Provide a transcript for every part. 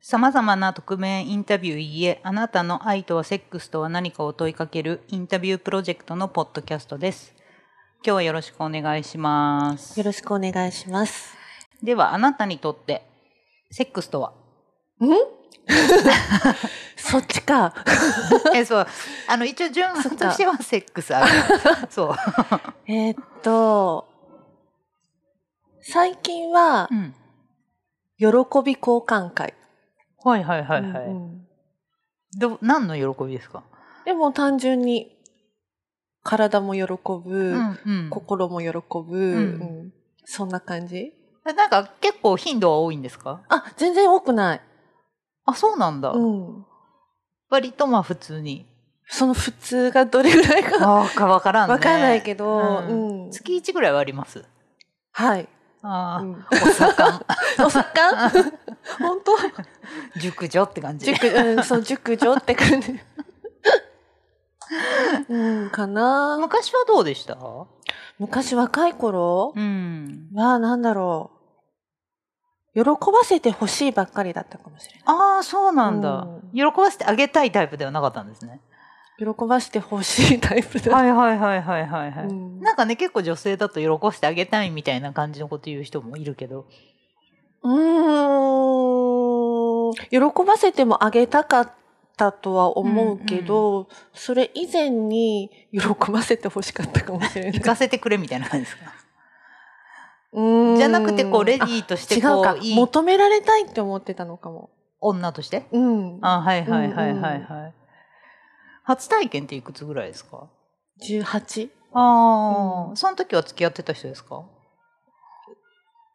さまざまな匿名インタビューいいえ、あなたの愛とはセックスとは何かを問いかけるインタビュープロジェクトのポッドキャストです。今日はよろしくお願いしますよ。ろしくお願いします。では、あなたにとって、セックスとはんそっちか。 え、そう。あの、一応、順番としてはセックスある。 そう。えーっと、最近はう、ん。喜び交換会。はいはいはいはい。うんうんど何の喜びですか、でも単純に、体も喜ぶ、うん心も喜ぶ、んうんそんな感じなんか結構頻度は多いんですかあ、全然多くない。あ、そうなんだ。うん。割とまあ普通に。その普通がどれぐらいかああ、かわからんね。わかんないけど、うんうん月1ぐらいはあります。はい。ああ、うんお 魚、お魚 本当熟女って感じ。熟、 うん、そう、熟女って感じ。 うん、かな昔はどうでした昔若い頃うん。は、なんだろう。喜ばせてほしいばっかりだったかもしれああ、そうなんだ、うん喜ばせてあげたいタイプではなかったんですね。ない。喜ばしてほしいタイプだ。はいはいはいはいはいはい。うんなんかね、結構女性だと喜ばせてあげたいみたいな感じのこと言う人もいるけど。うーん。喜ばせてもあげたかったとは思うけど、それ以前に喜ばせてほしかったかもしれ 行ない。かせてくれみたいな感じですかうんじゃなくて、こう、レデあィーとして、違うこかう、いい求められたいって思ってたのかも。女としてうん。あはいはいはいはいはい。う初体験っていくつぐらいですか18ああ、うんその時は付き合ってた人ですか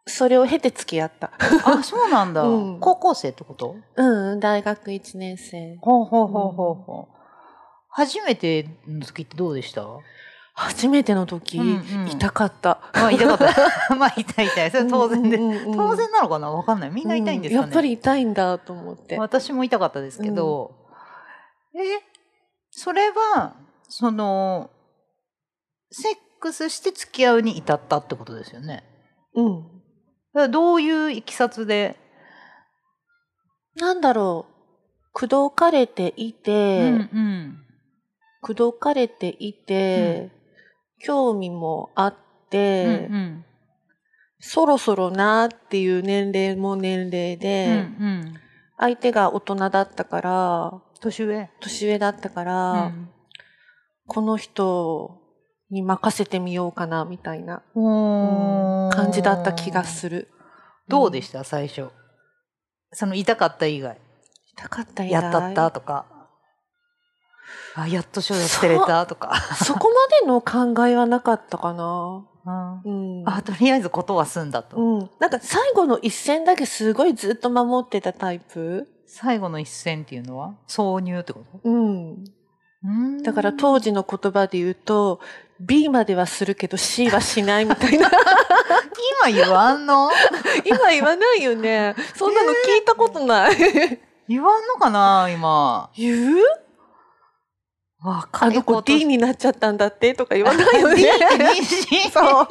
それを経て付き合った。あ、そうなんだ。うん高校生ってことうん、大学1年生。ほうほうほうほうほう。初めての時ってどうでした、初めての時、うんうん痛かった。まあ痛かった。 まあ痛い痛い。それは当然で。うんうんうん当然なのかなわかんない。みんな痛いんですかね、うやっぱり痛いんだと思って。私も痛かったですけど、えそれはそのセックスして付き合うに至ったってことですよねうん。だからどういういきさつで、なんだろう。口説かれていて、うん口説かれていて、興味もあっうて、んうんそろそろなっていう年齢も年齢うで、んうん相手が大人だったから、年上年上だったから、うんこの人に任せてみようかなみたいなおー感じだった気がする。どうでしたた最初その痛かった以外痛かった以や外ったったとかあやっと症状捨てれたとか、 そこまでの考えはなかったかな。うんうん。あとりあえずことは済んだと、うん。なんか最後の一戦だけすごいずっと守ってたタイプ。最後の一戦っていうのは挿入ってことうん。だからと当時の言葉で言うと、B まではするけど C はしないみ たいな。今言わん の今言わないよね。そんなの聞いたことない。言わんのかな今言う若あいの子子と D になっちゃったんだってとか言わないよ D ねっ。て妊娠 そう。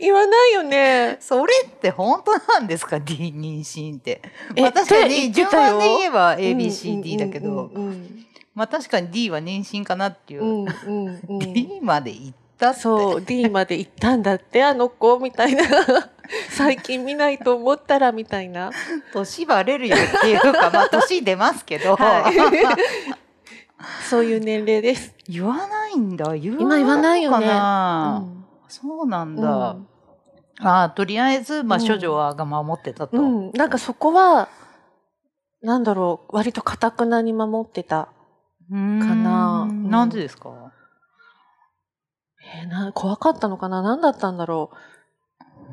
言わないよね。それって本当なんですか D 妊娠ってえまあ確かって言にって順た番よで言えばうん ABCD だけど、うんまあ確かに D は妊娠かなっていう、うんうんうんうんうん D まで行ったってそう、D まで行ったんだって、あの子、みた いな。最近見ないと思ったら、みた いな。年バレるよっていうかまあ年出ますけど、はい。 そういう年齢です。言わないんだ言今言わないよねのかなうんそうなんだ、ああとりあえず、まあ、うん処女はが守ってたと、うんうん。なんかそこは、なんだろう、割とかたくなに守ってた。かなうんなんでですか、えーな怖かったのかな何だったんだろう。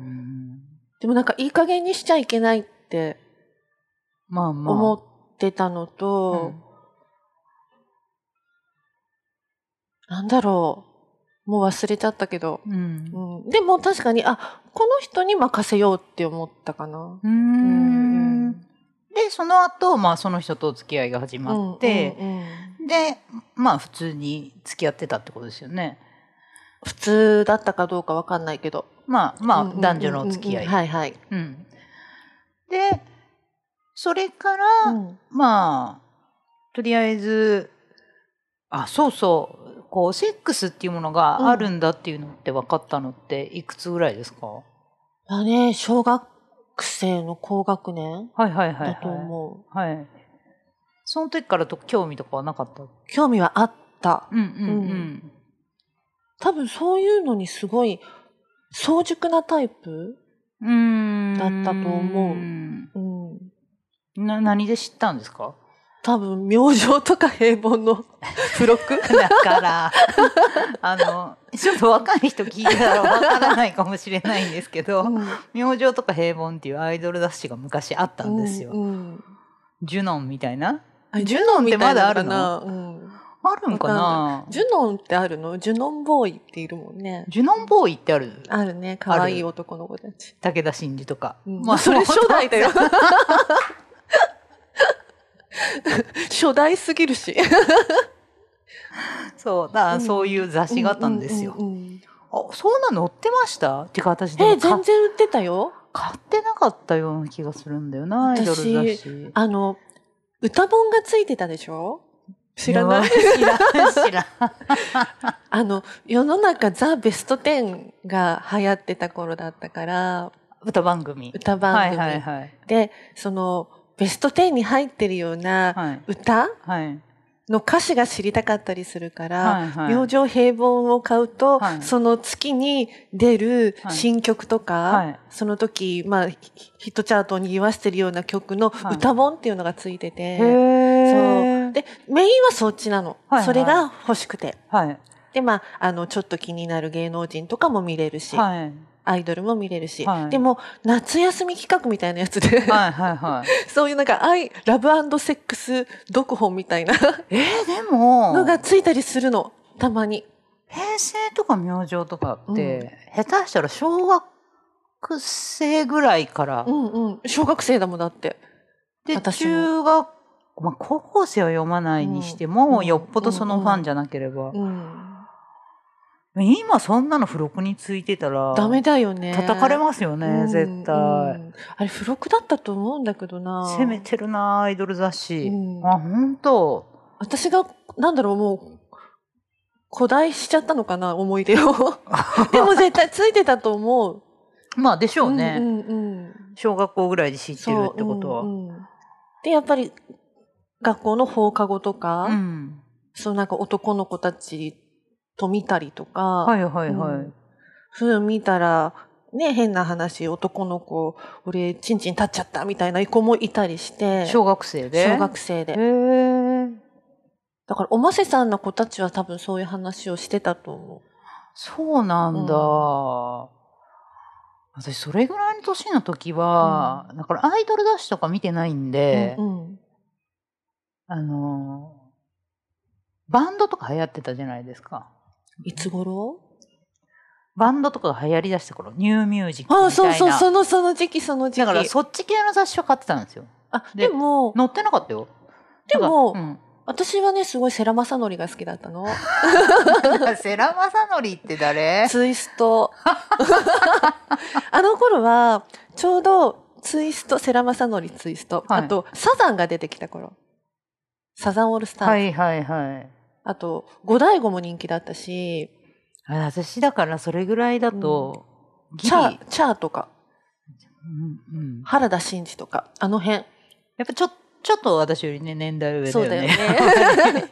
うんでもなんかいい加減にしちゃいけないってまあまあ思ってたのと、うんなんだろう。もう忘れちゃったけど。うんうん、でも確かに、あ、この人に任せようって思ったかな。ううんでその後、まあその人とお付き合いが始まって、うんうんうんでまあ普通に付き合ってたってことですよね普通だったかどうかわかんないけど。まあまあうんうんうんうん男女のお付き合い、はいはい。うんでそれから、うんまあとりあえずあそうそうこうセックスっていうものがあるんだっていうのって分かったのっていくつぐらいですか、まあね、小学生の高学年はいはいはいだはいと思う。はいその時からと興味とかはなかったうん興味はあった。うんうん、うん多分そういうのにすごい、早熟なタイプ、うーんだったと思うん、な何で知ったんですか多分、明星とか平凡 の付録だからあのちょっと若い人聞いたらわからないかもしれないんですけど「明星とか平凡」っていうアイドル雑誌が昔あったんですよ。うんうんジュノンみたいなあジュノンってまだあるのみたいなのかなあるんかなうんジュノンってあるのジュノンボーイっているもんね。ジュノンボーイってあるあるね。可愛い男の子たち。武田真治とか。うんそれ初代だよ。初代すぎるし。 そう、だからそういう雑誌があったんですよ。うううんうんあ、そんなの載ってましたってか私でえもー、か全然売ってたよ。買ってなかったような気がするんだよな、アイドル雑誌。あの、歌本がついてたでしょ知らないや知らん、知らん。 あの、世の中ザ・ベスト10が流行ってた頃だったから、歌番組。歌番組。はいはいはい。で、その、ベスト10に入ってるようなはい。歌はい。の歌詞が知りたかったりするから、はいはい明星平凡を買うと、はいその月に出るはい新曲とか、はいその時、まあ、ヒヒットチャートに言わしてるような曲のはい歌本っていうのがついてて、へそうー。でメインはそっちなの、はいはいそれが欲しくてはい。でまああのちょっと気になる芸能人とかも見れるし、はい。はいアイドルも見れるし、はいでも夏休み企画みたいなやつで、はいはい。 そういうなんか「アイラブセックス読本」みたいなえー、でも、のがついたりするのたまに。平成とか明星とかって、下手したら小学生ぐらいから、うんうん、小学生だもんだって。で私も中学、まあ、高校生は読まないにしても、うんよっぽどそのファンじゃなければ、うん、今そんなの付録についてたらダメだよね。叩かれますようね、ん絶対、うんあれ付録だったと思うんだけどな。攻めてるなアイドル雑誌、うんあ本当私が、なんだろう、もう、古代しちゃったのかな、思い出 を。でも絶対ついてたと思う。まあでしょうね、うんうんうん小学校ぐらいで知ってるってことはそうううんうんで、やっぱり、学校の放課後とか、んそのなんか男の子たちと見たりとか、はいはいはい、うんそういうの見たら、ね、変な話、男の子、俺、チンチン立っちゃったみたいな子もいたりして、小学生で小学生で。へえだから、おませさんの子たちは多分そういう話をしてたと思そうなんだ、う私それぐらいの年の時は、だからアイドル雑誌とか見てないんう。で、うんうんあのーバンドとか流行ってたじゃないですかいつ頃バンドとかが流行りだした頃ニューミュージックみたいなあそうそう、その、その時期、その時期。だからそっち系の雑誌を買ってたんですよあ、ででも、載ってなかったよでもなんか私はね、すごい世良正則が好きだったの。うん、 世良正則って誰ツイ スト。あの頃は、ちょうど、ツイスト、世良正則ツイスト。はいあと、サザンが出てきた頃。サザンオールスターズ。はいはいはいあと、五大悟も人気だったし、あ私だからそれぐらいだと、ギチリ、ャー、チャーとか、うんうん、原田真二とか、あの辺。やっぱちょちょっと私よりね年代上だよね。そうだよね。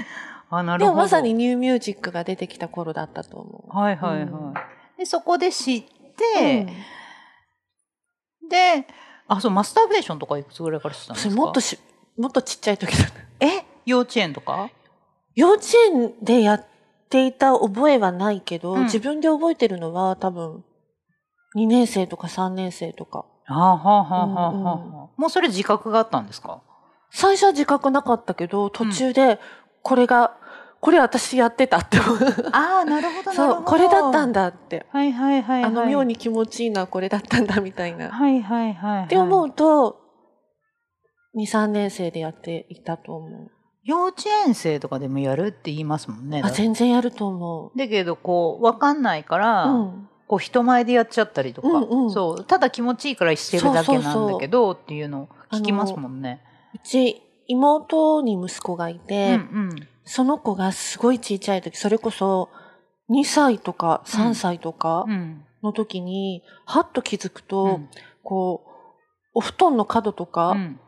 あなるでほど。もまさにニューミュージックが出てきた頃だったと思う。はいはいはい。うんでそこで知っうて、んであそうマスターベーションとかいくつぐらいからしてたんですそか。れもっとし、もっとちっちゃい時だった。え幼稚園とか。幼稚園でやっていた覚えはないけど、うん自分で覚えてるのは多分、2年生とか3年生とか。あーはあはあはあはあ、うんもうそれ自覚があったんですか。最初は自覚なかったけど、途中で、これが、これ私やってたって思う。 ああなるほどそう、これだったんだ。だって。はいはいはい、はい、あの妙。に気持ちいいのはこれだったんだみたいな。はいはいはい、はい。って思うと、2、3年生でやっていたと思う。幼稚園生とかでもやるって言いますもんね。あ、全然やると思う。だけどこうわかんないから、うん。こう人前でやっちゃったりとか、うんうんそうただ気持ちいいからしてるだけなんだけどっていうのを聞きますもんね。うち妹に息子がいて、うんその子がすごい小さい時それこそ2歳とか3歳とかうんうんの時に、はっと気づくと、うんこうお布団の角とか、うん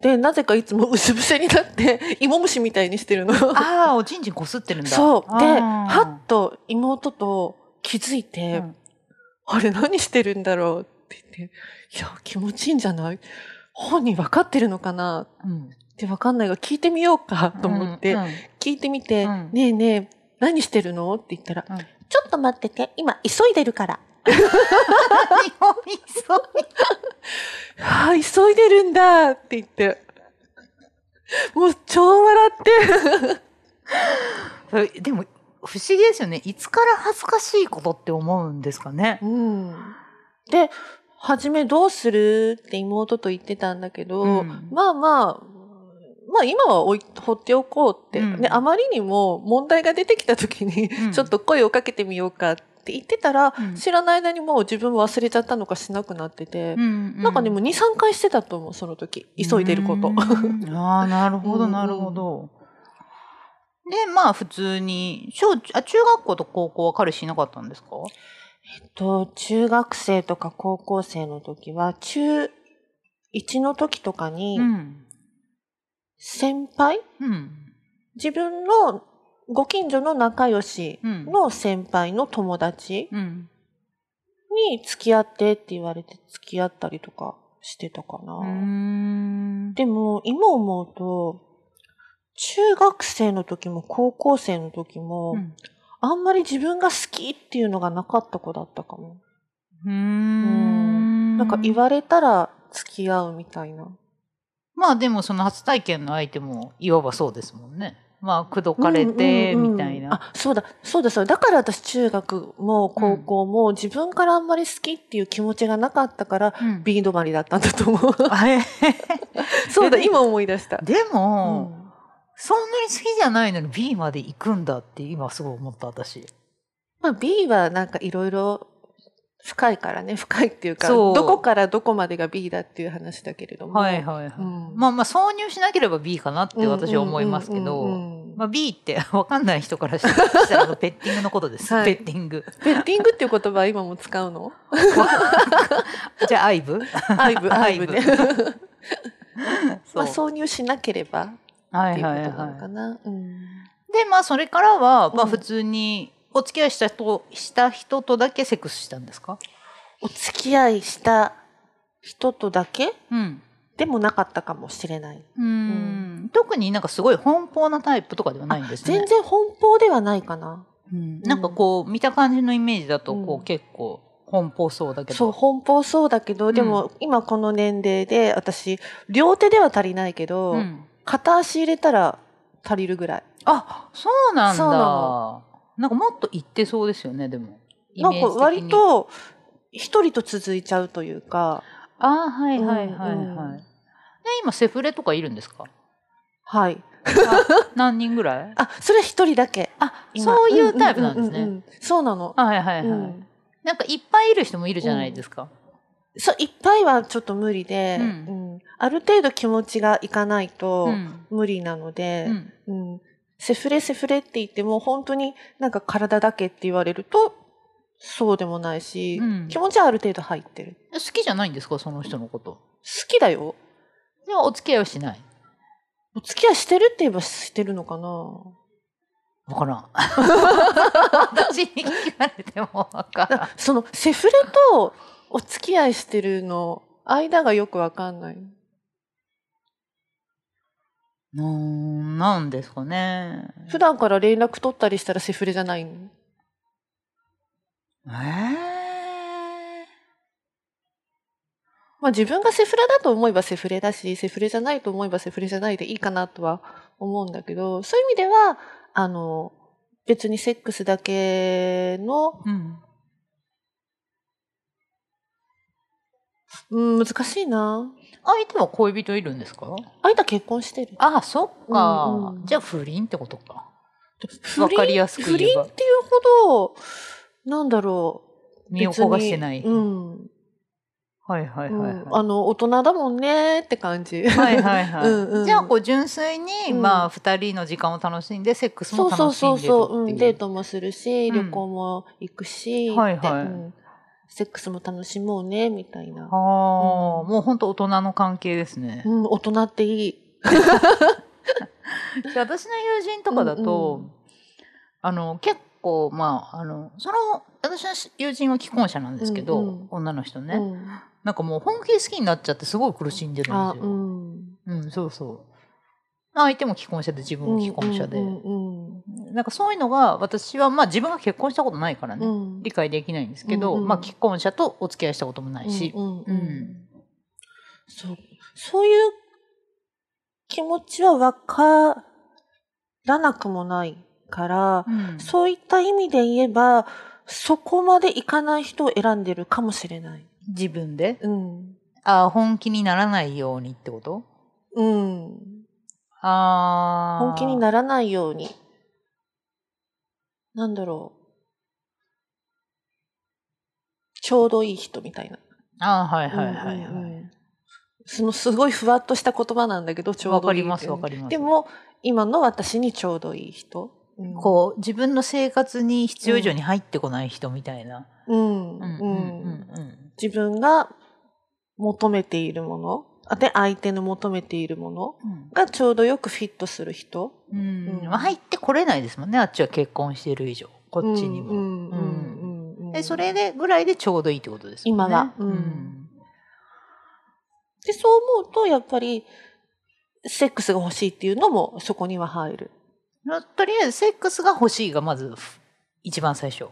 でなぜかいつもうつ伏せになって芋虫みたいにしてるの。ああおちんちんこすってるんだ。そうであーはっと妹と気づいて、うんあれ何してるんだろうって言っていや気持ちいいんじゃない本人分かってるのかなうんって分かんないが聞いてみようかと思って、うんうん聞いてみて、うんねえねえ、何してるのって言ったら、うんちょっと待ってて、今急いでるから。何を見そうはあ、急いでるんだって言って。もう超笑って。それでも不思議ですよねいつから恥ずかしいことって思うんですかね。うん、で、初めどうするって妹と言ってたんだけど、うんまあまあ、まあ今は置い放っておこうって、うんね、あまりにも問題が出てきた時に、うんちょっと声をかけてみようかって言ってたら、うん知らない間にもう自分忘れちゃったのかしなくなってて、なんかね、もう2、3回してたと思う、その時。急いでること。う ーんああ、なるほうど、んなるほど。で、まあ、普通に、小、あ、中学校と高校は彼氏いなかったんですか。と、中学生とか高校生の時は、中1の時とかにう、ん。先輩、うん。自分のご近所の仲良しうん。の先輩の友達うん。に付き合ってって言われて付き合ったりとかしてたかな。うーん。でも、今思うと、中学生の時も高校生の時も、うんあんまり自分が好きっていうのがなかった子だったかも。うーん。んなんか言われたら付き合うみたいな。まあ、でも、その初体験の相手も、いわばそうですもんね。まあ、口説かれて、うんうんうんみたいな。あ、そうだ、そうだ、そうだ。だから私中学も高校も自分からあんまり好きっていう気持ちがなかったから、うん B 止まりだったんだと思う。 あえ そうだ、今思い出した。でうも、んそんなに好きじゃないのに B まで行くんだって今すごい思った私。まあ、B はなんかいろいろ深いからね、深いっていうか、そうどこからどこまでが B だっていう話だけれども。はいはいはい。うんまあまあ挿入しなければ B かなって私は思いますけうんうんうど、んうんまあ B って わかんない人からしたらペッティングのことです。はいペッティン グ。 ベッティングっていう言葉は今も使うのじゃあアイ ブアイブ、アイブね。まあ、そう。挿入しなければっはていういこはといなのかはな。うんい。でまあそれからは、まあうん普通にお付き合いした人した人とだけセックスしたんですかお付き合いした人とだけうん。でもなかったかもしれない。うーん。特になんかすごい奔放なタイプとかではないんですね。全然奔放ではないかな。うんなんかこう見た感じのイメージだとこうんう結構奔放そうだけど。そう、奔放そうだけど、んでも今この年齢で私、両手では足りないけど、うん片足入れたら足りるぐらい。あそうなんだそうななんかもっと行ってそうですよねでもなんイメかージ的に割と一人と続いちゃうというか、あはいはいはいはい、うんうんで今セフレとかいるんですかはい。あ何人ぐらいあ、それは一人だけ。あ今そういうタイプなんですね、ううううんそうなの。あはいはいはい、うんなんかいっぱいいる人もいるじゃないですか、そう、いっぱいはちょっと無理で、ううんんある程度気持ちがいかないうとん無理なのでう、んうんセフレセフレって言っても本当になんか体だけって言われるとそうでもないし、うん気持ちはある程度入ってる。好きじゃないんですかその人のこと好きだよ。でもお付き合いはしないお付き合いしてるって言えばしてるのかなわからん私に聞かれてもわからんだそのセフレとお付き合いしてるの間がよくわかんない。うー んなんですかね普段から連絡取ったりしたらセフレじゃないのええまあ自分がセフレだと思えばセフレだし、セフレじゃないと思えばセフレじゃないでいいかなとは思うんだけど、そういう意味では、あの、別にセックスだけの、うんうん、難しいな。相手は恋人いるんですかあいた結婚してる。ああそっか、うんうんじゃあ不倫ってことか不わ倫かりやすく不言え倫ばっていうほど、なんだろう、身を焦がしてない。別にうん。はいはいはい、はいうんあの、大人だもんねって感じ。はいはいはい。 うんうんじゃあこう純粋に、うんまあ2人の時間を楽しんでセックスもそうそ楽うしそんうでるっていう。そう、うん、デートもするし、うん旅行も行くし、はいはいってうんセックスも楽しもうねみたいな、はあ、うんもう本当大人の関係ですね。うん、大人っていい、で私の友人とかだと、うんうんあの結構まああのその私の友人は既婚者なんですけど、うんうん女の人ね、うん、なんかもう本気で好きになっちゃってすごい苦しんでるんあですうよ。んうん、そうそう。相手も既婚者で自分も既婚者で、うんうんなんかそういうのが私はまあ自分が結婚したことないからね、うん理解できないんですけど、うんうんまあ既婚者とお付き合いしたこともないし、うんうんううんんそうそういう気持ちは分からなくもないから、うんそういった意味で言えばそこまでいかない人を選んでるかもしれない、自分でうんあー本気にならないようにってことうん、あー本気にならないように。なんだろう。ちょうどいい人みたいな。あーはいはいはいはい。うんうんうんそのすごいふわっとした言葉なんだけど、ちょわうどかいいりっていますうわかります。で、も、今の私にちょうどいい人。うんこう、自分の生活に必要以上に入ってこない人みたいな。うん。うんううん。うんん自分が求めているもの、あで、相手の求めているものうん。がちょうどよくフィットする人。うんうんまあ入ってこれないですもんね。あっちは結婚してる以上。こっちにうも。んうんうんうんうんえ、それで、ぐらいでちょうどいいってことですもんね。今はううんん。で、そう思うと、やっぱり、セックスが欲しいっていうのもそこには入る。まあとりあえず、セックスが欲しいが、まず、ふ一番最初。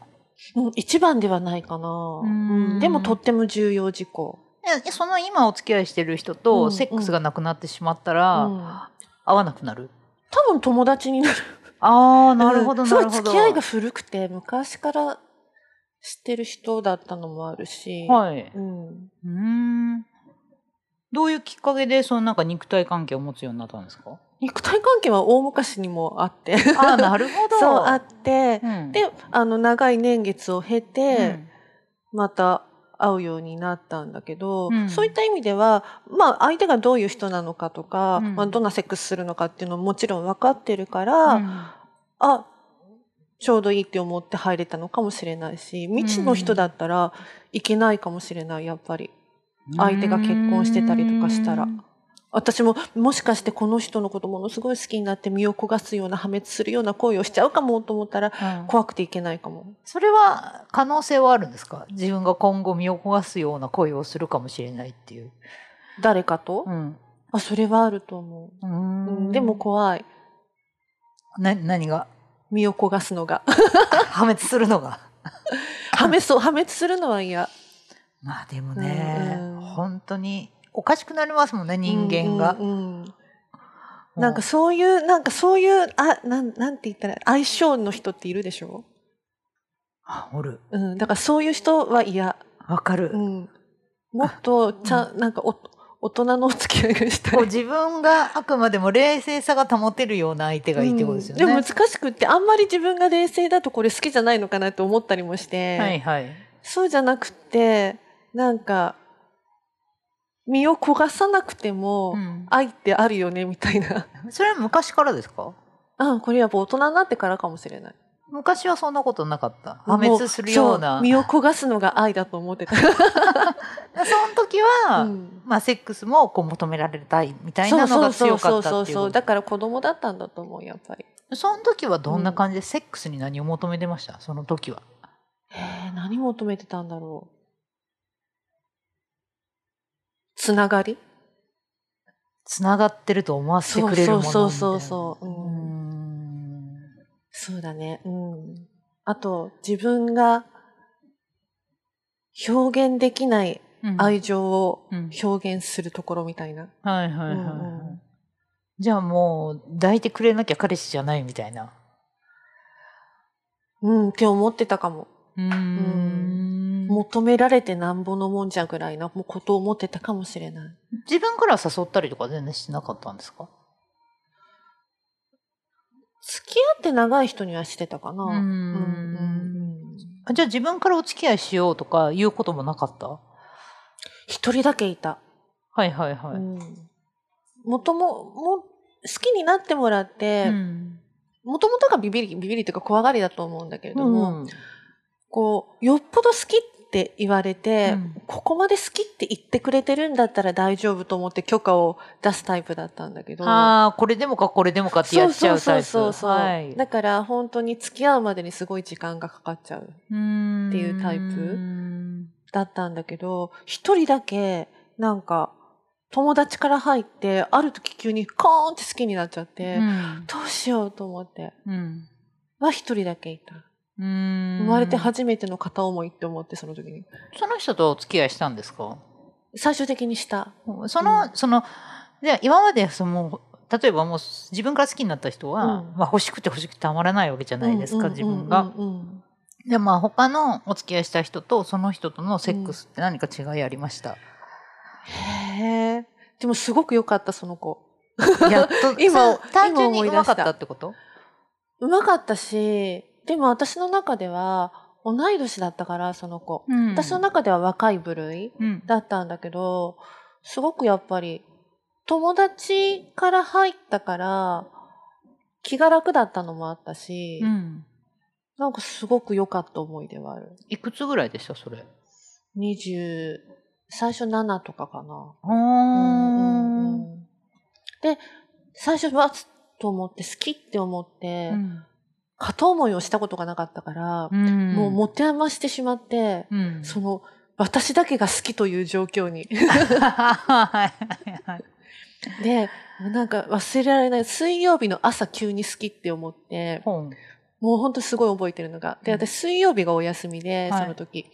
うん、一番ではないかな。うんでもとっても重要事項。えその今お付き合いしてる人うんうと、んセックスがなくなってしまったうら、ん、合わなくなる。多分友達になる。ああ、なるほど、うんなるほど。すごい付き合いが古くて、昔から知ってる人だったのもあるし。はい。うん、うーんどういうきっかけでそのなんか肉体関係を持つようになったんですか肉体関係は大昔にもあって。ああなるほど。 そう、あって。うんで、あの、長い年月を経うんて、また会うようになったんだけど、うんそういった意味では、まあ、相手がどういう人なのかとか、うんまあ、どんなセックスするのかっていうのももちろん分かってるから、うんあちょうどいいって思って入れたのかもしれないし未知の人だったらいけないかもしれないやっぱり相手が結婚してたりとかしたらうん私ももしかしてこの人のことものすごい好きになって身を焦がすような破滅するような行為をしちゃうかもと思ったら怖くていけないかもそれは可能性はあるんですか自分が今後身を焦がすような恋をするかもしれないっていう。誰かと、うんあそれはあると思うーう、うんんでも怖いな何が 身を焦がすのが破滅するのが。破滅そう破滅するのは嫌 まあでもね、うんうん本当におかしくなりますもんね人間が。うんうんうんなんかそういうなんかそういうあなんなんて言ったら相性の人っているでしょ、あおるうん、だからそういう人は嫌、わかる。うん、もっとちゃんなんかお大人のお付き合いがしたこうい自分があくまでも冷静さが保てるような相手がいいってことですよね。うんでも難しくってあんまり自分が冷静だとこれ好きじゃないのかなって思ったりもして、はいはい。そうじゃなくてなんか身を焦がさなくても、うん愛ってあるよねみたいなそれは昔からですかうんこれやっぱ大人になってからかもしれない昔はそんなことなかった。破滅するような。そそ身を焦がすのが愛だと思って た、の時は、うんまあセックスもこう求められたいみたいなのが強かったっていうそうそうそうそうこと。だから子供だったんだと思うやっぱりその時はどんな感じでセックスに何を求めてましたその時は。えー何求めてたんだろうつながりつながってると思わせてくれるものみたいな。そうそうそうそううんうんそうだねうんあと自分が表現できないうん愛情をうん表現するところみたいな、はいはいはい、はいうんうんじゃあもう抱いてくれなきゃ彼氏じゃないみたいな。うん、って思ってたかもうーん求められてなんぼのもんじゃぐらいなもうことを思ってたかもしれない自分から誘ったりとか全然してなかったんですか、付き合って長い人にはしてたかな。うーんうんうんうんあじゃあ自分からお付き合いしようとか言うこともなかった一人だけいた。はいはいはい。うんもとも、も、好きになってもらって、んもともとがビビり、ビビりというか怖がりだと思うんだけれども、うんこう、よっぽど好きって言われて、うんここまで好きって言ってくれてるんだったら大丈夫と思って許可を出すタイプだったんだけど、ああこれでもかこれでもかってやっちゃうタイプそうそうそうそう、はい、だから本当に付き合うまでにすごい時間がかかっちゃうっていうタイプだったんだけど一人だけなんか友達から入ってある時急にコーンって好きになっちゃって、うんどうしようと思ってうんは一人だけいた生生まれて初めての片思いって思ってその時にその人とお付き合いしたんですか最終的にしたその、うそので今までその例えばもう自分から好きになった人は、うんまあ、欲しくて欲しくてたまらないわけじゃないですか、うんうん自分が、うんうんでまあ他のお付き合いした人とその人との セックスって何か違いありました、へえでもすごく良かったその子やっと今さ単純に今思い出うしたまかったってことうまかったしでも私の中では同い年だったからその子、私の中では若い部類うんだったんだけどすごくやっぱり友達から入ったから気が楽だったのもあったし、うん、なんかすごく良かった思い出はあるいくつぐらいでしたそれ20最初7とかかなううんうんんうんで最初わっと思って好きって思って、片思いをしたことがなかったから、んもう持て余してしまって、うん その私だけが好きという状況にはいはいはいでなんか忘れられない水曜日の朝急に好きって思って本もうほんとすごい覚えてるのがでうん私水曜日がお休みで、はいその時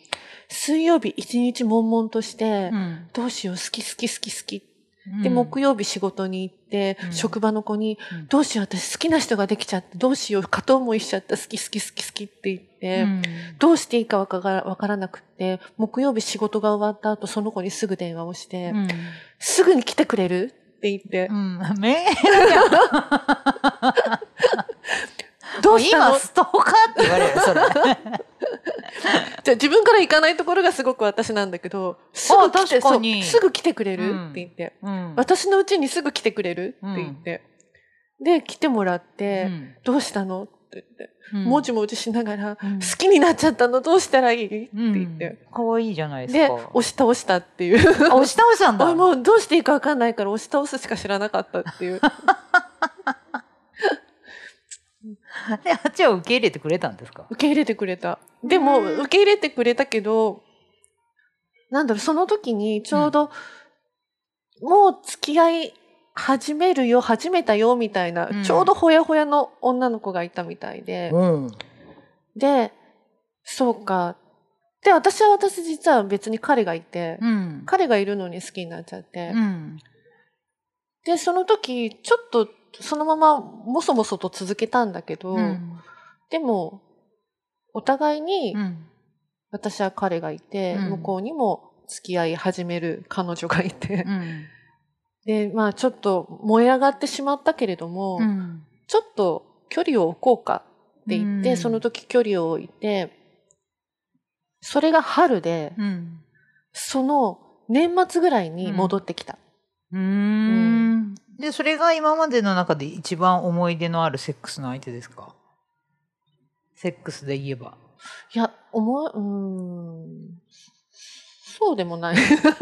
水曜日一日悶々として、うんどうしよう好き好き好き好きうんで、木曜日仕事に行って、うん職場の子に、うんどうしよう、私好きな人ができちゃって、どうしよう、片思いしちゃった、好き好き好き好きって言って、うんどうしていいかわからわからなくって、木曜日仕事が終わった後、その子にすぐ電話をして、うんすぐに来てくれるって言って、うん、めどうした今のストーカーって言われるそれじゃあ自分から行かないところがすごく私なんだけど、すぐ来て、確かにそうすぐ来てくれる、うんって言って、 うん私のうちにすぐ来てくれるって言って、で、来てもらって、どうしたのって言って、うんもじもじしながら、うん好きになっちゃったのどうしたらいいってうん言って。可愛いじゃないですで、か押し倒したっていう。あ押し倒したんだあ もうどうしていいかわかんないから押し倒すしか知らなかったっていう。であっちは受け入れてくれたんですか受け入れてくれた。でも、うん受け入れてくれたけど、なんだろう、その時にちょうど、もう付き合い始めるよ、始めたよ、みたいな、うんちょうどほやほやの女の子がいたみたいで。うんで、そうか。で、私は私実は別に彼がいて、うん彼がいるのに好きになっちゃって、うんでその時ちょっとそのままもそもそと続けたんだけど、うんでもお互いにうん私は彼がいて、うん向こうにも付き合い始める彼女がいて、うんでまあちょっと燃え上がってしまったけれども、うんちょっと距離を置こうかって言って、うんその時距離を置いてそれが春で、うんその年末ぐらいに戻ってきた。うーんでそれが今までの中で一番思い出のあるセックスの相手ですかセックスで言えばいや、思う、うーん、そうでもない。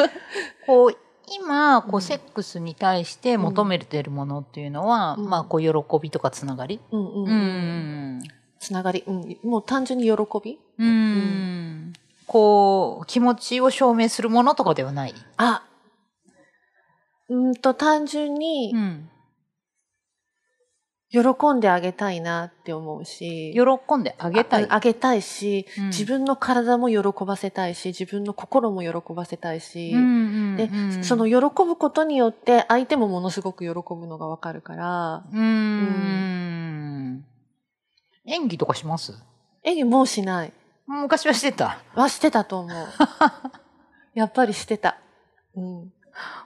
こう今こうんうセックスに対して求めてるものっていうのは、うんまあこう喜びとかつながりうんうんううん。んつながり、うん、もう単純に喜びうん、うん、こう気持ちを証明するものとかではない、あ、うーんと単純にん、喜んであげたいなって思うし、喜んであげたいああげたいし、うん自分の体も喜ばせたいし、自分の心も喜ばせたいし、うんでうんその喜ぶことによって相手もものすごく喜ぶのがわかるから、うん、うん、演技とかします演技もうしない。昔はしてたはしてたと思 う。やっぱりしてた。うん。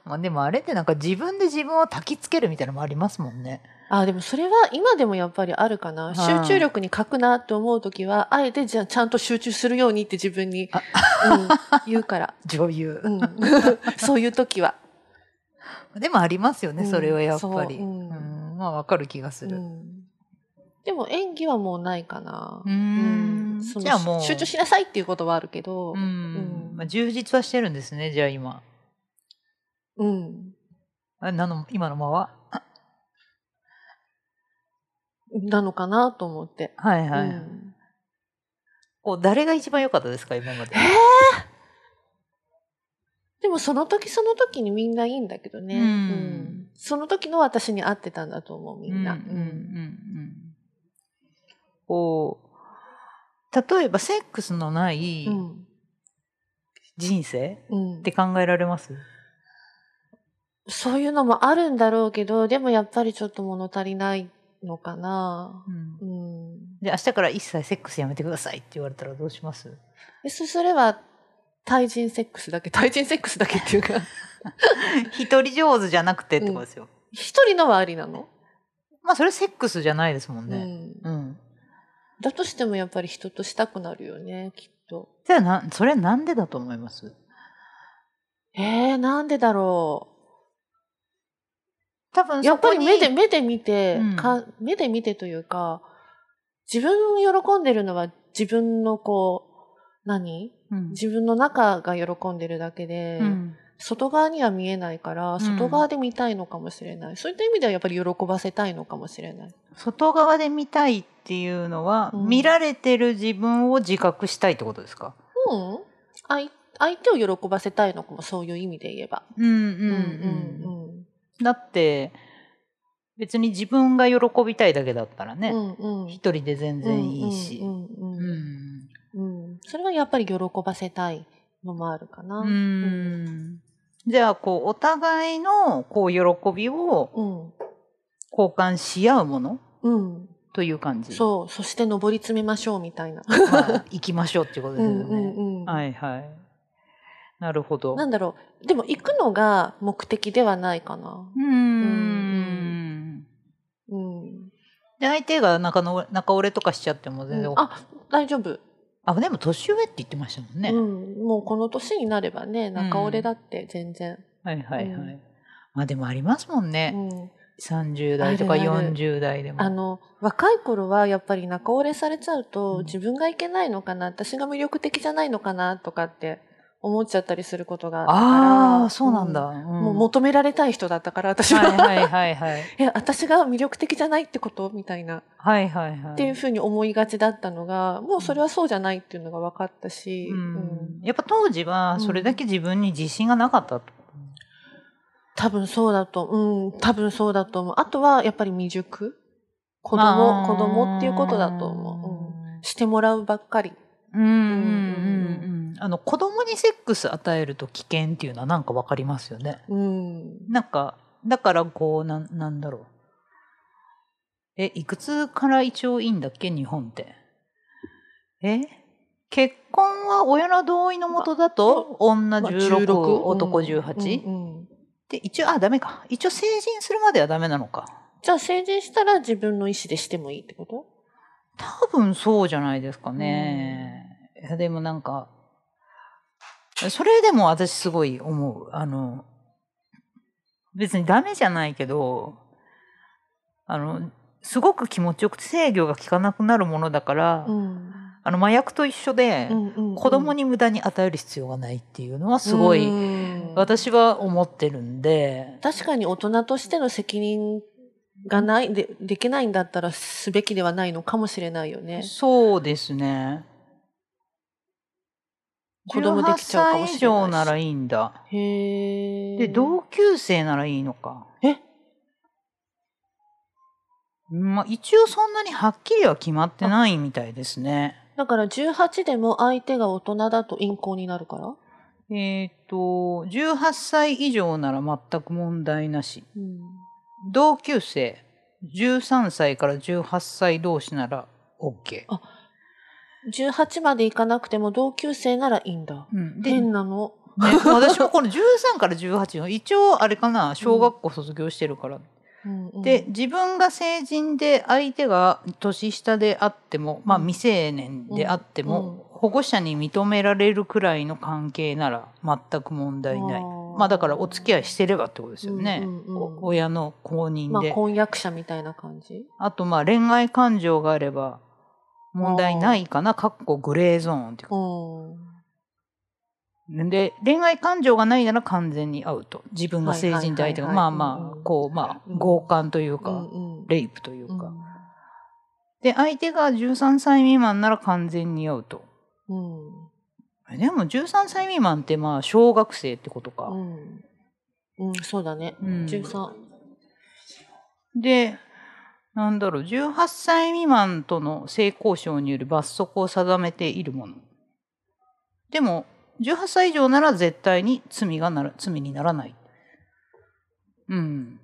まあでもあれってなんか自分で自分を焚きつけるみたいなのもありますもんね。あでもそれは今でもやっぱりあるかはな、い集中力に欠くなって思う時はあえてじゃあちゃんと集中するようにって自分に、うん、言うから、女優 う、ん、 そういう時は、でもありますよね、うんそれはやっぱりそううんうんまあわかる気がすうる、ん、でも演技はもうないかな、ううんそのじゃあもう集中しなさいっていうことはあるけう、どんうんまあ、充実はしてるんですねじゃあ今うんあなの今のままなのかなと思って。はいはい、うんこう誰が一番良かったですか今までえーでもその時その時にみんないいんだけどうね、んその時の私に合ってたんだと思うみんな、うんうんうんうんこう例えばセックスのないうん人生うんって考えられます、そういうのもあるんだろうけどでもやっぱりちょっと物足りないのかな、うんうん、で明日から一切セックスやめてくださいって言われたらどうします でそそれは対人セックスだけ対人セックスだけっていうか 一人上手じゃなくてってことですよ、一人のはありなの、まあそれセックスじゃないですもんうねん、うん、だとしてもやっぱり人としたくなるよねきっとじゃあなそれなんでだと思いますえー、なんでだろう多分やそっぱこりに目で、目で見て、うんか、目で見てというか、自分を喜んでるのは自分のこう、何うん自分の中が喜んでるだけで、うん外側には見えないから、ん外側で見たいのかもしれない。そういった意味ではやっぱり喜ばせたいのかもしれない。外側で見たいっていうのは、うん見られてる自分を自覚したいってことですかうん相相手を喜ばせたいのかも、そういう意味で言えば。うんうんううんんだって別に自分が喜びたいだけだったらうね、ん。うんうん。一人で全然いいしう。んううんうんんうん。それはやっぱり喜ばせたいのもあるかな。うんじゃあこうお互いのこう喜びをうん。交換し合うものうん。という感じ。そう、そして上り詰めましょうみたいな。まあ、行きましょうっていうことですよね。うんうんはいはい。なるほど。なんうだろう、でも行くのが目的ではないかな。ーん。うん。で相手が中の中折れとかしちゃっても全然、ああ、大丈夫。でも年上って言ってましたもんね。うん。もうこの年になればね、中折れだって全然。はいはいはい。うんまあでもありますもんね。うん。 30代とかあるある40代でも。あの、若い頃はやっぱり中折れされちゃうと、うん自分がいけないのかな、私が魅力的じゃないのかなとかって思っちゃったりすることがあったから。ああ、そうなんだ。うん。ももう求められたい人だったから、私は。はい はいはいはい。え、私が魅力的じゃないってことみたいな。はいはいはい。っていうふうに思いがちだったのが、もうそれはそうじゃないっていうのが分かったし、うん、やっぱ当時はそれだけ自分に自信がなかったと。多分そうだと、うん、多分そうだと思う。あとはやっぱり未熟子供、まあ子供っていうことだと思う、うん。してもらうばっかり。うん。うんうんうんあの子供にセックス与えると危険っていうのはなんかわかりますよね。うん。なんかだからこうなんなんだろう。えいくつから一応いいんだっけ日本って。え結婚は親の同意のもとだと、女まあ16、 16男うん18、うんうんで一応あダメか一応成人するまではダメなのかじゃあ成人したら自分の意思でしてもいいってこと多分そうじゃないですかね、いやでもなんかそれでも私すごい思うあの別にダメじゃないけどあのすごく気持ちよく制御が効かなくなるものだから、ん。あの麻薬と一緒で、子供にに無駄に与える必要がないっていうのはすごい、私は思ってるんで、確かに大人としての責任がないでできないんだったらすべきではないのかもしれないよね。そうですね子供できちゃうかもしれ18歳以ないし上ならいいんだへえ。で同級生ならいいのかえまあ一応そんなにはっきりは決まってないみたいですねだから18でも相手が大人だと陰行になるから。えっ、と18歳以上なら全く問題なしうん。同級生13歳から18歳同士なら OK、 18までいかなくても同級生ならいいんだ。うん、で、変ね、なの。私もこの13から18の一応あれかな小学校卒業してるから、うんうんで、自分が成人で相手が年下であっても、まあ、うん未成年であってうんうんも、保護者に認められるくらいの関係なら全く問題ないあーまあだからお付き合いしてればってことですよね、うんうんうんお親の公認まあで、婚約者みたいな感じあとまあ恋愛感情があれば問題ないかなかっこグレーゾーンっていうかうんで恋愛感情がないなら完全にアウト自分が成人で相手がはいまあはいはいはいまうんうあんこうまあうん強姦といううかんうんレイプといううんか、で相手が13歳未満なら完全にアウトうんでも13歳未満ってまあ小学生ってことか、うんうんそうだねうん13でなんだろう18歳未満との性交渉による罰則を定めているものでも18歳以上なら絶対に罪がなら罪にならないうん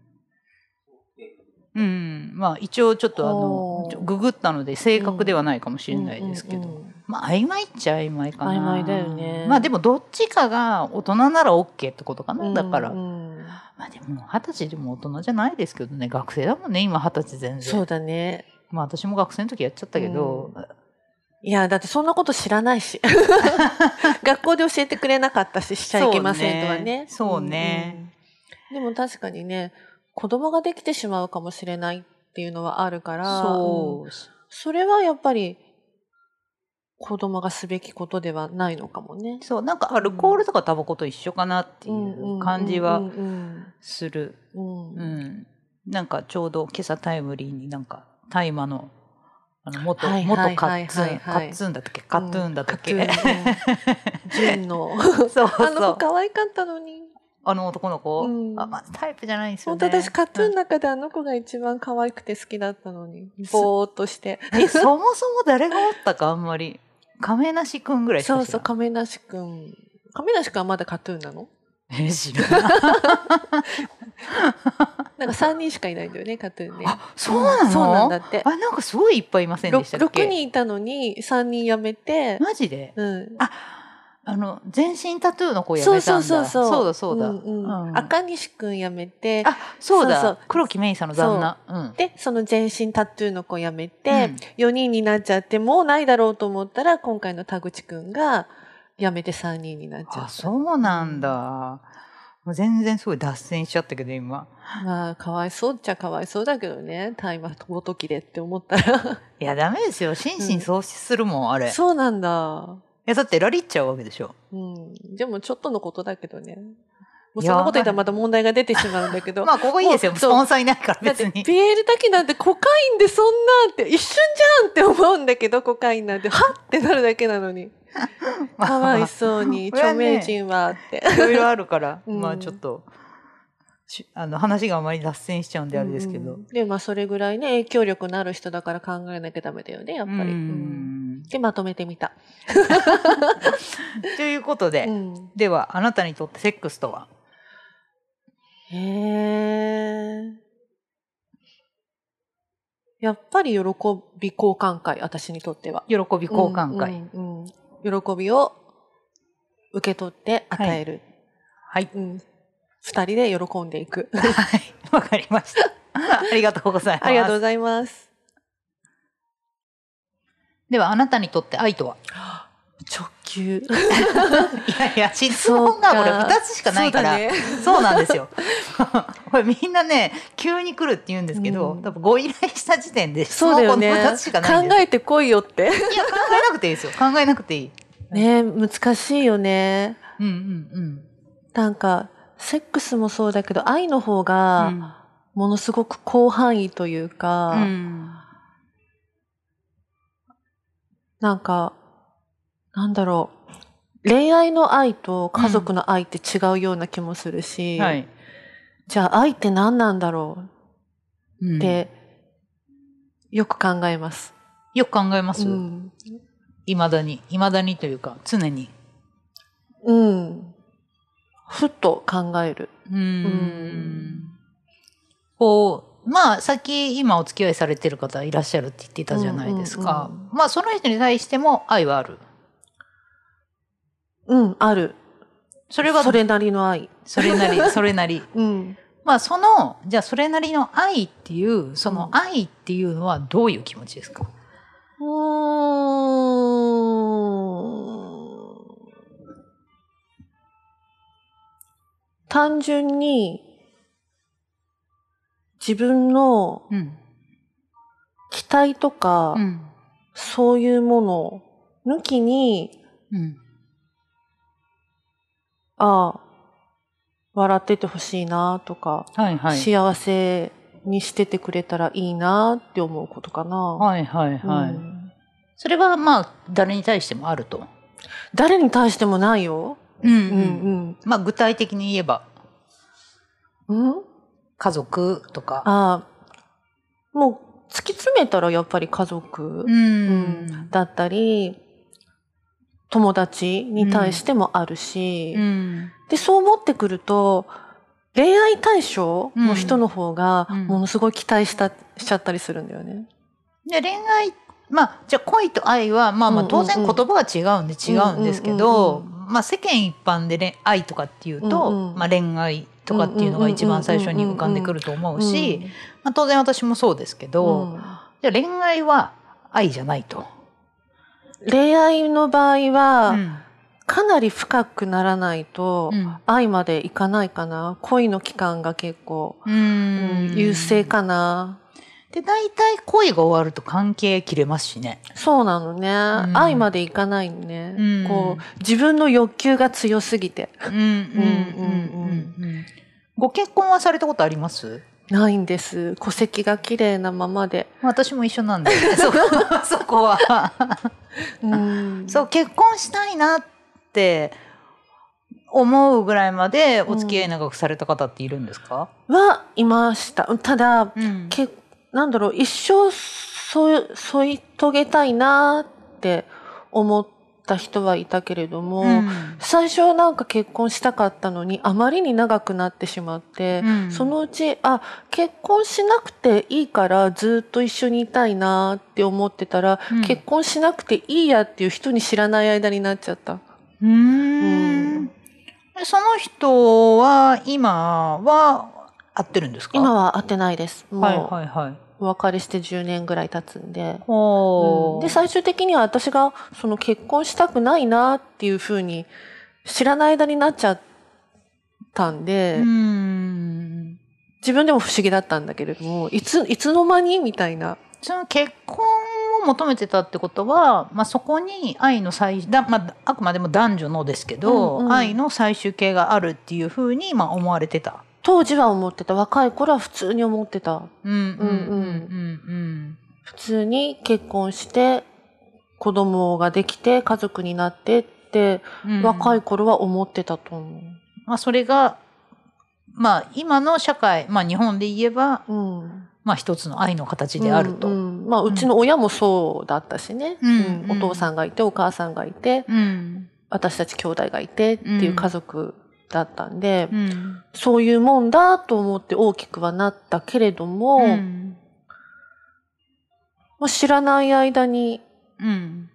うんまあ一応ちょっとあほのうちょググったので正確ではないかもしれないですけど、うんうんうんまあ曖昧っちゃ曖昧かな曖昧だよねまあでもどっちかが大人なら OK ってことかな、だから、うんうんまあでも二十歳でも大人じゃないですけどね学生だもんね今二十歳全然そうだねまあ私も学生の時やっちゃったけど、いやだってそんなこと知らない し学校で教えてくれなかったししちゃいけませんとはねそうねうんうんでも確かにね子供ができてしまうかもしれないっていうのはあるからそう、んそれはやっぱり子供がすべきことではないのかもねそうなんかアルコールとかタバコと一緒かなっていう感じうんはうんするうんうんううんんなんかちょうど今朝タイムリーになんか大麻のあの元はいはい元カはいッツはいンカッツンだったっけカットゥーンだったっけ、 うん純の あそうそうの子可愛かったのにあの男の子、うんあまあ、タイプじゃないんですよ本ね当私カトゥーンうのん中であの子が一番可愛くて好きだったのにぼーっとしてえ そもそも誰がおったかあんまり亀梨くんぐらいしか知そらうんそう亀梨くん亀梨くんはまだカトゥーンなのえ知ら ないなんか3人しかいないんだよねカトゥーンねあそうなのそうなんだってあなんかすごいいっぱいいませんでしたっけ6人いたのに3人辞めてマジでうんああの全身タトゥーの子やそめうたそんだうそうそうだそうだ、んうんうん赤西くん辞めてあそうだそうそう黒木メイさんの旦那うんでその全身タトゥーの子辞めうてん、 4人になっちゃってもうないだろうと思ったら今回の田口くんが辞めて3人になっちゃあったそうなんだもう全然すごい脱線しちゃったけど今まあかわいそうっちゃかわいそうだけどね大麻ごときでって思ったらいやダメですよ心身喪失するもん、あれい そうなんだ、やだってラリっちゃうわけでしょうん、でもちょっとのことだけどねもういそやんなこと言ったらまた問題が出てしまうんだけど、まあここいいですよもうスポンサーいないからだっ別てに ビエール滝なんてコカインでそんなって一瞬じゃんって思うんだけどコカイ ンなんてはっってなるだけなのにかわいそうにこれは著ね名人はっていろいろあるから、うんまあちょっとしあの話があまり脱線しちゃうんであれですけど、うんでまあそれぐらいね影響力のある人だから考えなきゃダメだよねやっぱり、ううんんでまとめてみた、ということで、うん、ではあなたにとってセックスとはへえやっぱり喜び交換会私にとっては喜び交換会、うんうんうん喜びを受け取って与える、はい うん、二人で喜んでいくはいわかりましたありがとうございます ありがとうございますではあなたにとって愛とは直球いやいや質問がこれそうか2つしかないから そそうだねうなんですよこれみんなね急に来るって言うんですけど、うん多分ご依頼した時点で質 そう問だよこのね2つしかないん 考ですえてこいよっいてや考えなくていいですよ考えなくていいね難しいよねうんうんうんなんかセックスもそうだけど愛の方うがんものすごく広範囲というか、うんなんか、なんだろう。恋愛の愛と家族の愛って違うような気もするし、はい、じゃあ愛って何なんだろううっんて、よく考えます。よく考えますういま、ん。未だにいまだにというか常にうん。ふっと考える。うーんうんこうまあさっき今お付き合いされてる方いらっしゃるって言ってたじゃないですか、うんうんまあその人に対しても愛はあるうん、ある。それはそそれれなりの愛。なりそれなりうん。まあその、じゃあそれなりの愛っていう、そのうん愛っていうのはどういう気持ちですか、うーん単純に自分のうん。期待とか、うん。そういうもの抜きに、うん。ああ、笑っててほしいなとか、はいはい。幸せにしててくれたらいいなって思うことかな。はいはいはい。うんそれはまあ誰に対してもあると。誰に対してもないよ。うんううんんまあ具体的に言えばうん。うん家族とか。ああ、もう突き詰めたらやっぱり家族、うん。だったり、友達に対してもあるし、うん。で、そう思ってくると、恋愛対象の人の方が、うんものすごい期待した、しちゃったりするんだよね。で恋愛まあじゃあ恋と愛はまあまあうんうんう当ん然言葉は違うんで違うんですけど、うんうんまあ世間一般で恋愛とかっていうと、うんうんまあ恋愛とかっていうのが一番最初に浮かんでくると思うし、まあ当然私もそうですけうど、ん、じゃあ恋愛は愛じゃないと。恋愛の場合は、うんかなり深くならないと、うん愛までいかないかな。恋の期間が結構、ううんん優勢かな。で大体恋が終わると関係切れますしね。そうなのね、ん愛までいかないのね、うんこう自分の欲求が強すぎてうんうんうんうんうん。ご結婚はされたことあります？ないんです戸籍が綺麗なままで、私も一緒なんでそこそこは。うんそう結婚したいなって思うぐらいまでお付き合い長くされた方っているんですか？はいましたただうんけなんだろう一生添い添い遂げたいなって思った人はいたけれども、最初なんか結婚したかったのにあまりに長くなってしまって、うんそのうちあ結婚しなくていいからずっと一緒にいたいなって思ってたら、うん結婚しなくていいやっていう人に知らない間になっちゃった。うーん。その人は今は合ってるんですか？今は会ってないです。もう、はいはいはい。お別れして10年ぐらい経つんで。ほうんうで最終的には私がその結婚したくないなっていうふうに知らない間になっちゃったんで、うん。自分でも不思議だったんだけれどもいついつの間にみたいな。その結婚を求めてたってことは、まあ、そこに愛の最だ、まあ、あくまでも男女のですけど、うんうん愛の最終形があるっていうふうに、まあ、思われてた。当時は思ってた若い頃は普通に思ってたうんうんうんうん普通に結婚して子供ができて家族になってって、うんうん若いい、頃は思ってたと思まあ、それが、まあ、今の社会、まあ、日本で言えば、う。うん、まあ、一つの愛の形であると。ううんんうんまあうちの親もそうだったしね、うんうんお父さんがいてお母さんがいてうん私たち兄弟がいてっていう家族だったんで、うんそういうもんだと思って大きくはなったけれども、うんもう知らない間にうん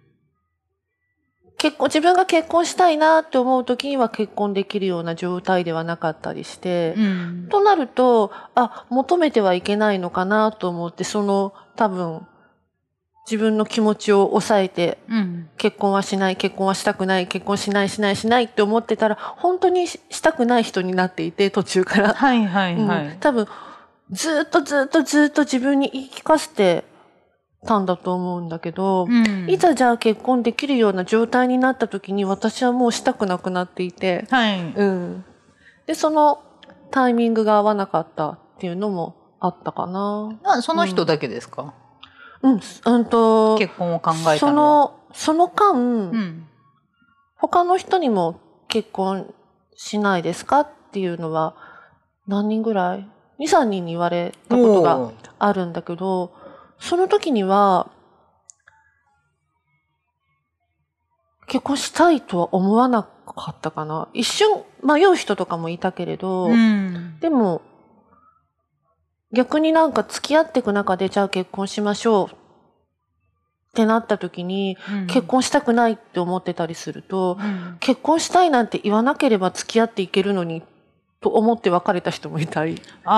結婚自分が結婚したいなって思う時には結婚できるような状態ではなかったりして、うんとなるとあ求めてはいけないのかなと思ってその多分自分の気持ちを抑えてうん結婚はしない結婚はしたくない結婚しないしないしないって思ってたら本当にししたくない人になっていて途中から、はいはいはうんい。多分ずっとずっとずっと自分に言い聞かせてたんだと思うんだけど、うんいざじゃあ結婚できるような状態になった時に私はもうしたくなくなっていて、はい。うん、でそのタイミングが合わなかったっていうのもあったかな。まあ、その人だけですか、うん、すうんと結婚を考えたそのは。のその間、うん他の人にも結婚しないですかっていうのは何人ぐらい ?2、3人に言われたことがおーあるんだけど、その時には、結婚したいとは思わなかったかな。一瞬迷う人とかもいたけれど、うんでも、逆になんか付き合っていく中で、じゃあ結婚しましょうってなった時に、うん結婚したくないって思ってたりすると、うん結婚したいなんて言わなければ付き合っていけるのにっと思って別れた人もいたり。あ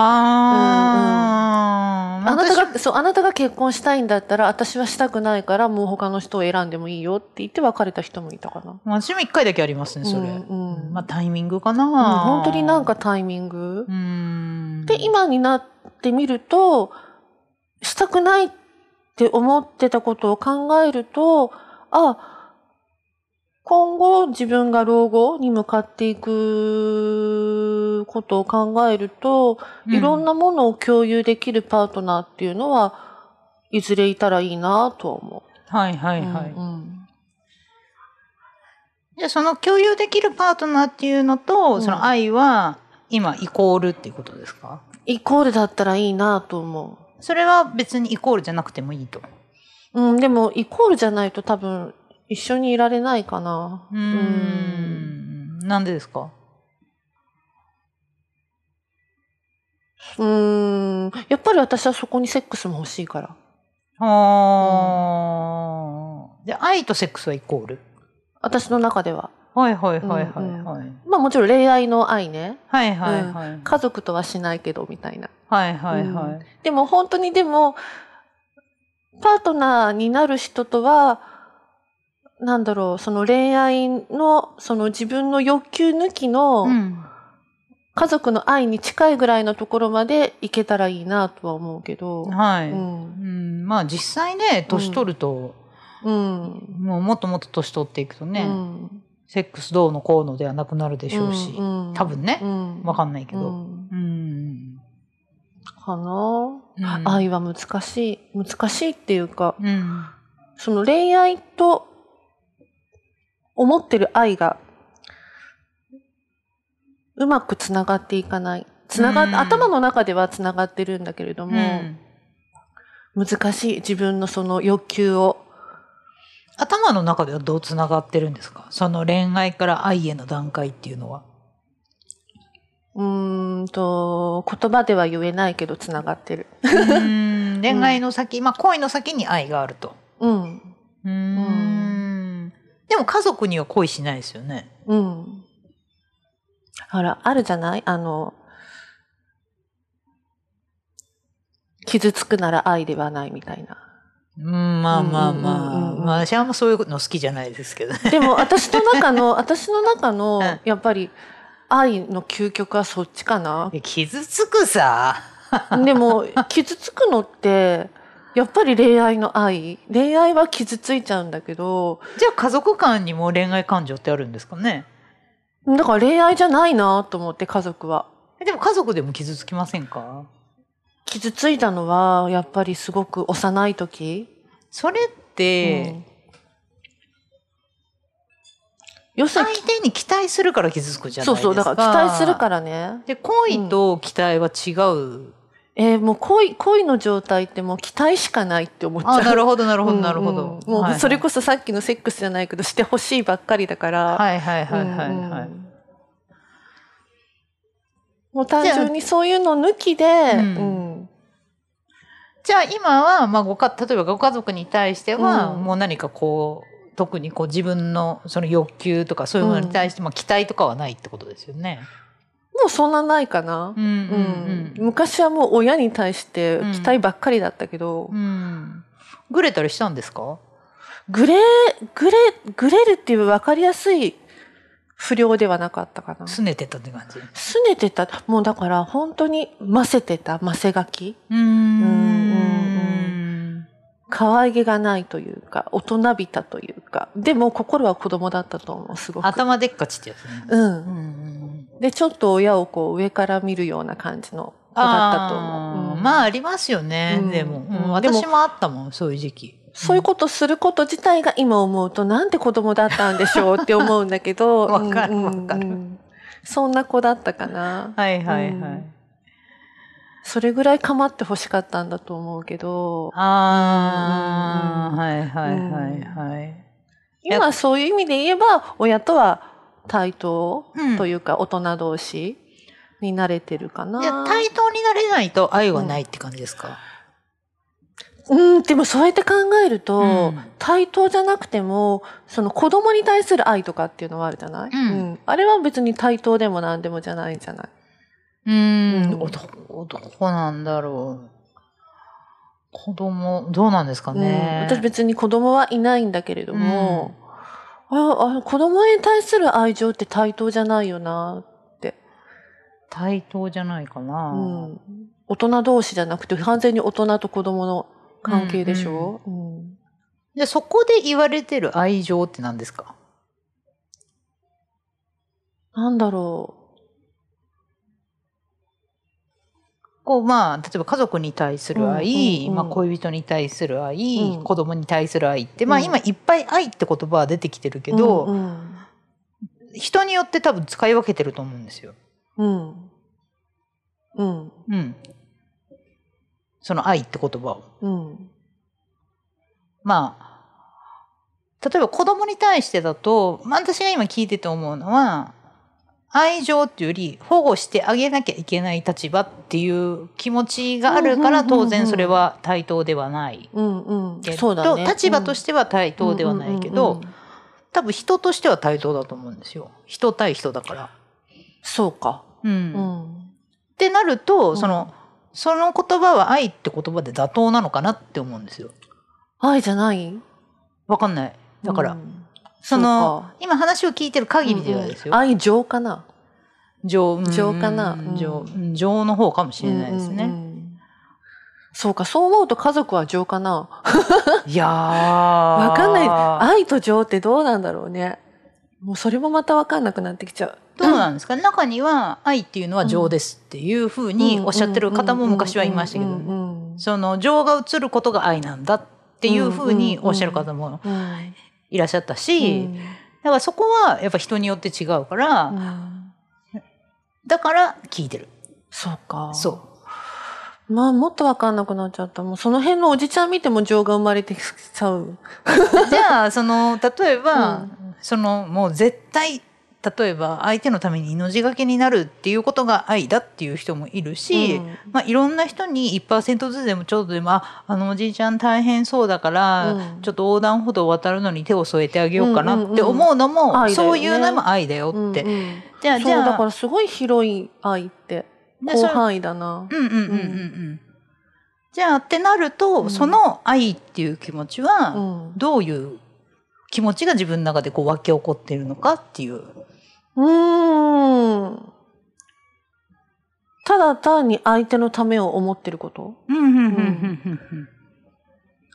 ー、あな私たが、そう、あなたが結婚したいんだったら、私はしたくないから、もう他の人を選んでもいいよって言って別れた人もいたかな。私も一回だけありますね、それ。うんうんまあタイミングかな、うん本当になんかタイミングう。ん。で、今になってみると、したくないって思ってたことを考えると、あ、今後自分が老後に向かっていくことを考えると、いろんなものを共有できるパートナーっていうのは、いずれいたらいいなとは思う。はいはいはい。うんうんじゃあその共有できるパートナーっていうのと、うんその愛は今イコールっていうことですかイコールだったらいいなと思それは別にイコールじゃなくてもいいと。う。うん、でも、イコールじゃないと多分、一緒にいられないかな。うーん。なんでですかうん。やっぱり私はそこにセックスも欲しいから。あー。で、愛とセックスはイコール。私の中では。はいはいはいはいはい。まあもちろん恋愛の愛ね。はいはいはい。家族とはしないけど、みたいな。はいはいはういん。でも本当にでも、パートナーになる人とは、なんだろう、その恋愛の、その自分の欲求抜きうのん。家族の愛に近いぐらいのところまでいけたらいいなとは思うけど、はい。ううんん、まあ実際ね、年取ると、うん、もうもっともっと年取っていくとね、うんセックスどうのこうのではなくなるでしょうし、うん多分ねう、ん、わ、かんないけうど。んうん。かな、うん愛は難しい、難しいっていうか、うん。その恋愛と思ってる愛がうまくつながっていかない。つながうん頭の中ではつながってるんだけれども、うん難しい自分のその欲求を。頭の中ではどうつながってるんですかその恋愛から愛への段階っていうのは。うーんと、言葉では言えないけどつながってる。 うん恋愛の先、まあ恋の先に愛があると。うん。うーん。でも家族には恋しないですよね。うん。ほら、あるじゃないあの、傷つくなら愛ではないみたいな。うん、まあまあうんうまんうんあ。うんまあ私はあんまそういうの好きじゃないですけどね。 でも私の中の、私の中のうん、やっぱり、愛の究極はそっちかな。傷つくさ。でも、傷つくのって、やっぱり恋愛の愛。恋愛は傷ついちゃうんだけど、じゃあ家族間にも恋愛感情ってあるんですかねだから恋愛じゃないなと思って家族は。えでも家族でも傷つきませんか傷ついたのは、やっぱりすごく幼い時。それって、うん要する相に、手に期待するから傷つくじゃないそうですか。。そう、だから期待するかららね。で、恋と期待は違う。えーもう恋、恋の状態ってもう期待しかないって思っちゃう。あ、なるほど、なるほど、なるほうんどうん。もう、はいはいそれこそさっきのセックスじゃないけど、してほしいばっかりだから。はいはいはいはいはい。うんうんもう単純にそういうの抜きで、うんうんじゃあ今は、まあ、ごか例えばご家族に対しては、うんもう何かこう特にこう自分のその欲求とかそういうものに対して、まあ、期待とかはないってことですよね。もうそんなないかな。うんうんうん昔はもう親に対して期待ばっかりだったけど、うんうんぐれたりしたんですかグレー、グレー、グレるっていう分かりやすい不良ではなかったかな。拗ねてたって感じ。すねてた。もうだから本当にませてた、ませがき。うーん可愛げがないというか、大人びたというか。でも心は子供だったと思う、すごく。頭でっかちってやつね。う。うんんうんで、ちょっと親をこう上から見るような感じの子だったと思あう。ーうんまあありますよね、うんでも、うんうんでも私もあったもんそういう時期そういうことすること自体が今思うとなんて子供だったんでしょうって思うんだけ ど。わかるうんわかるうんそんな子だったかな。はいはいはい、うんそれぐらい構ってほしかったんだと思うけど、ああうんはいはいはいはい、今そういう意味で言えば、親とは対等うんというか、大人同士になれてるかな。じゃあ対等になれないと愛はないって感じですか、うん、でもそうやって考えると、うん対等じゃなくても、その子供に対する愛とかっていうのはあるじゃない、うんあれは別に対等でも何でもじゃないじゃない。うーん、うんどどうなんだろう。子供、どうなんですかうんね。私別に子供はいないんだけれども、ああ子供に対する愛情って対等じゃないよな、対等じゃないかな。うん、大人同士じゃなくて完全に大人と子供の関係でしょ、うんで、そこで言われてる愛情って何ですかなんだろこう、まあ、例えば家族に対する愛、うんうんうんまあ、恋人に対する愛、うん子供に対する愛って、まあ、うん今いっぱい愛って言葉は出てきてるうけど、うん人によって多分使い分けてると思うんですよ。うんうんうん。その愛って言葉を。うんまあ、例えば子供に対してだと、まあ、私が今聞いてて思うのは、愛情っていうより保護してあげなきゃいけない立場っていう気持ちがあるかうらんうんうん当うん然それは対等ではないうんうんけどそうだね立場としてては対等ではないけど多分人としては対等だと思うんですよ人対人だから。そうかうんうんってなると、うんそのその言葉は愛って言葉で妥当なのかなって思うんですよ。愛じゃないわかんない。だから、うんそそうのか今話を聞いてる限りではですよ。愛情かな情情かなうん情う情の方かもしれないですね。うんうんうんそうかそう思うと家族は情かないやーわかんない愛と情ってどうなんだろうねもうそれもまたわかんなくなってきちゃうどうなんですか、中には愛っていうのは情ですっていうふうにおっしゃってる方も昔はいましたけど、うんうんうんその情が映ることが愛なんだっていうふうにおっしゃる方もうんいらっしゃったし、だからそこはやっぱ人によって違うから、うんうんだから聞いてる。そうかそうまあもっとわかんなくなっちゃったもうその辺のおじちゃん見ても情が生まれてきちゃうう。 じゃあ、その、例えば、うその、もう絶対、例えば相手のために命がけになるっていうことが愛だっていう人もいるし、うんまあいろんな人に1%ずつでもちょっとでも、あ、あのおじいちゃん大変そうだから、うんちょっと横断歩道を渡るのに手を添えてあげようかなって思うのも、んうんうん愛だよねそういうのも愛だようんうっんて。じゃあ、そじうゃあ、だからすごい広い愛ってで広それ範囲だなうんうんうんうんうん。じゃあってなると、うんその愛っていう気持ちは、うんどういう気持ちが自分の中でこう湧き起こっているのかっていう。うーん。ただ単に相手のためを思ってることうんうんうん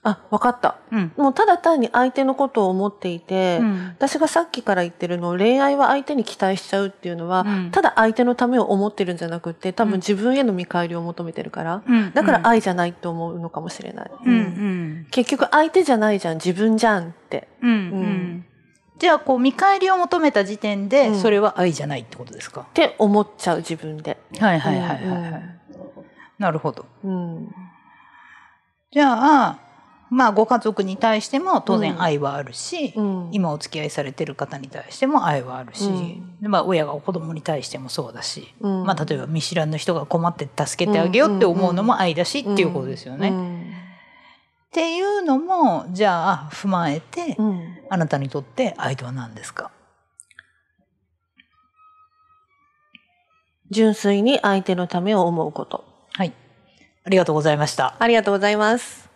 あ、わかった。うんもうただ単に相手のことを思っていて、うん私がさっきから言ってるの、恋愛は相手に期待しちゃうっていうのは、うんただ相手のためを思ってるんじゃなくて、多うん分自分への見返りを求めてるから、うんだから愛じゃないと思うのかもしれない。うんううんん結局相手じゃないじゃん、自分じゃんって。うんうんうんじゃあこう見返りを求めた時点でうんそれは愛じゃないってことですか、って思っちゃう自分で。はいはいはいはい、はい。なるほど。うんうんじゃあまあご家族に対しても当然愛はあるし、うん今お付き合いされてる方に対しても愛はあるし、うんでまあ、親が子供に対してもそうだし、うんまあ、例えば見知らぬ人が困って助けてあげようって思うのも愛だしっていうことですよね。っていうのもじゃあ踏まえて、うん。うんあなたにとって愛とは何ですか純粋に相手のためを思うこと。はいありがとうございました。ありがとうございます。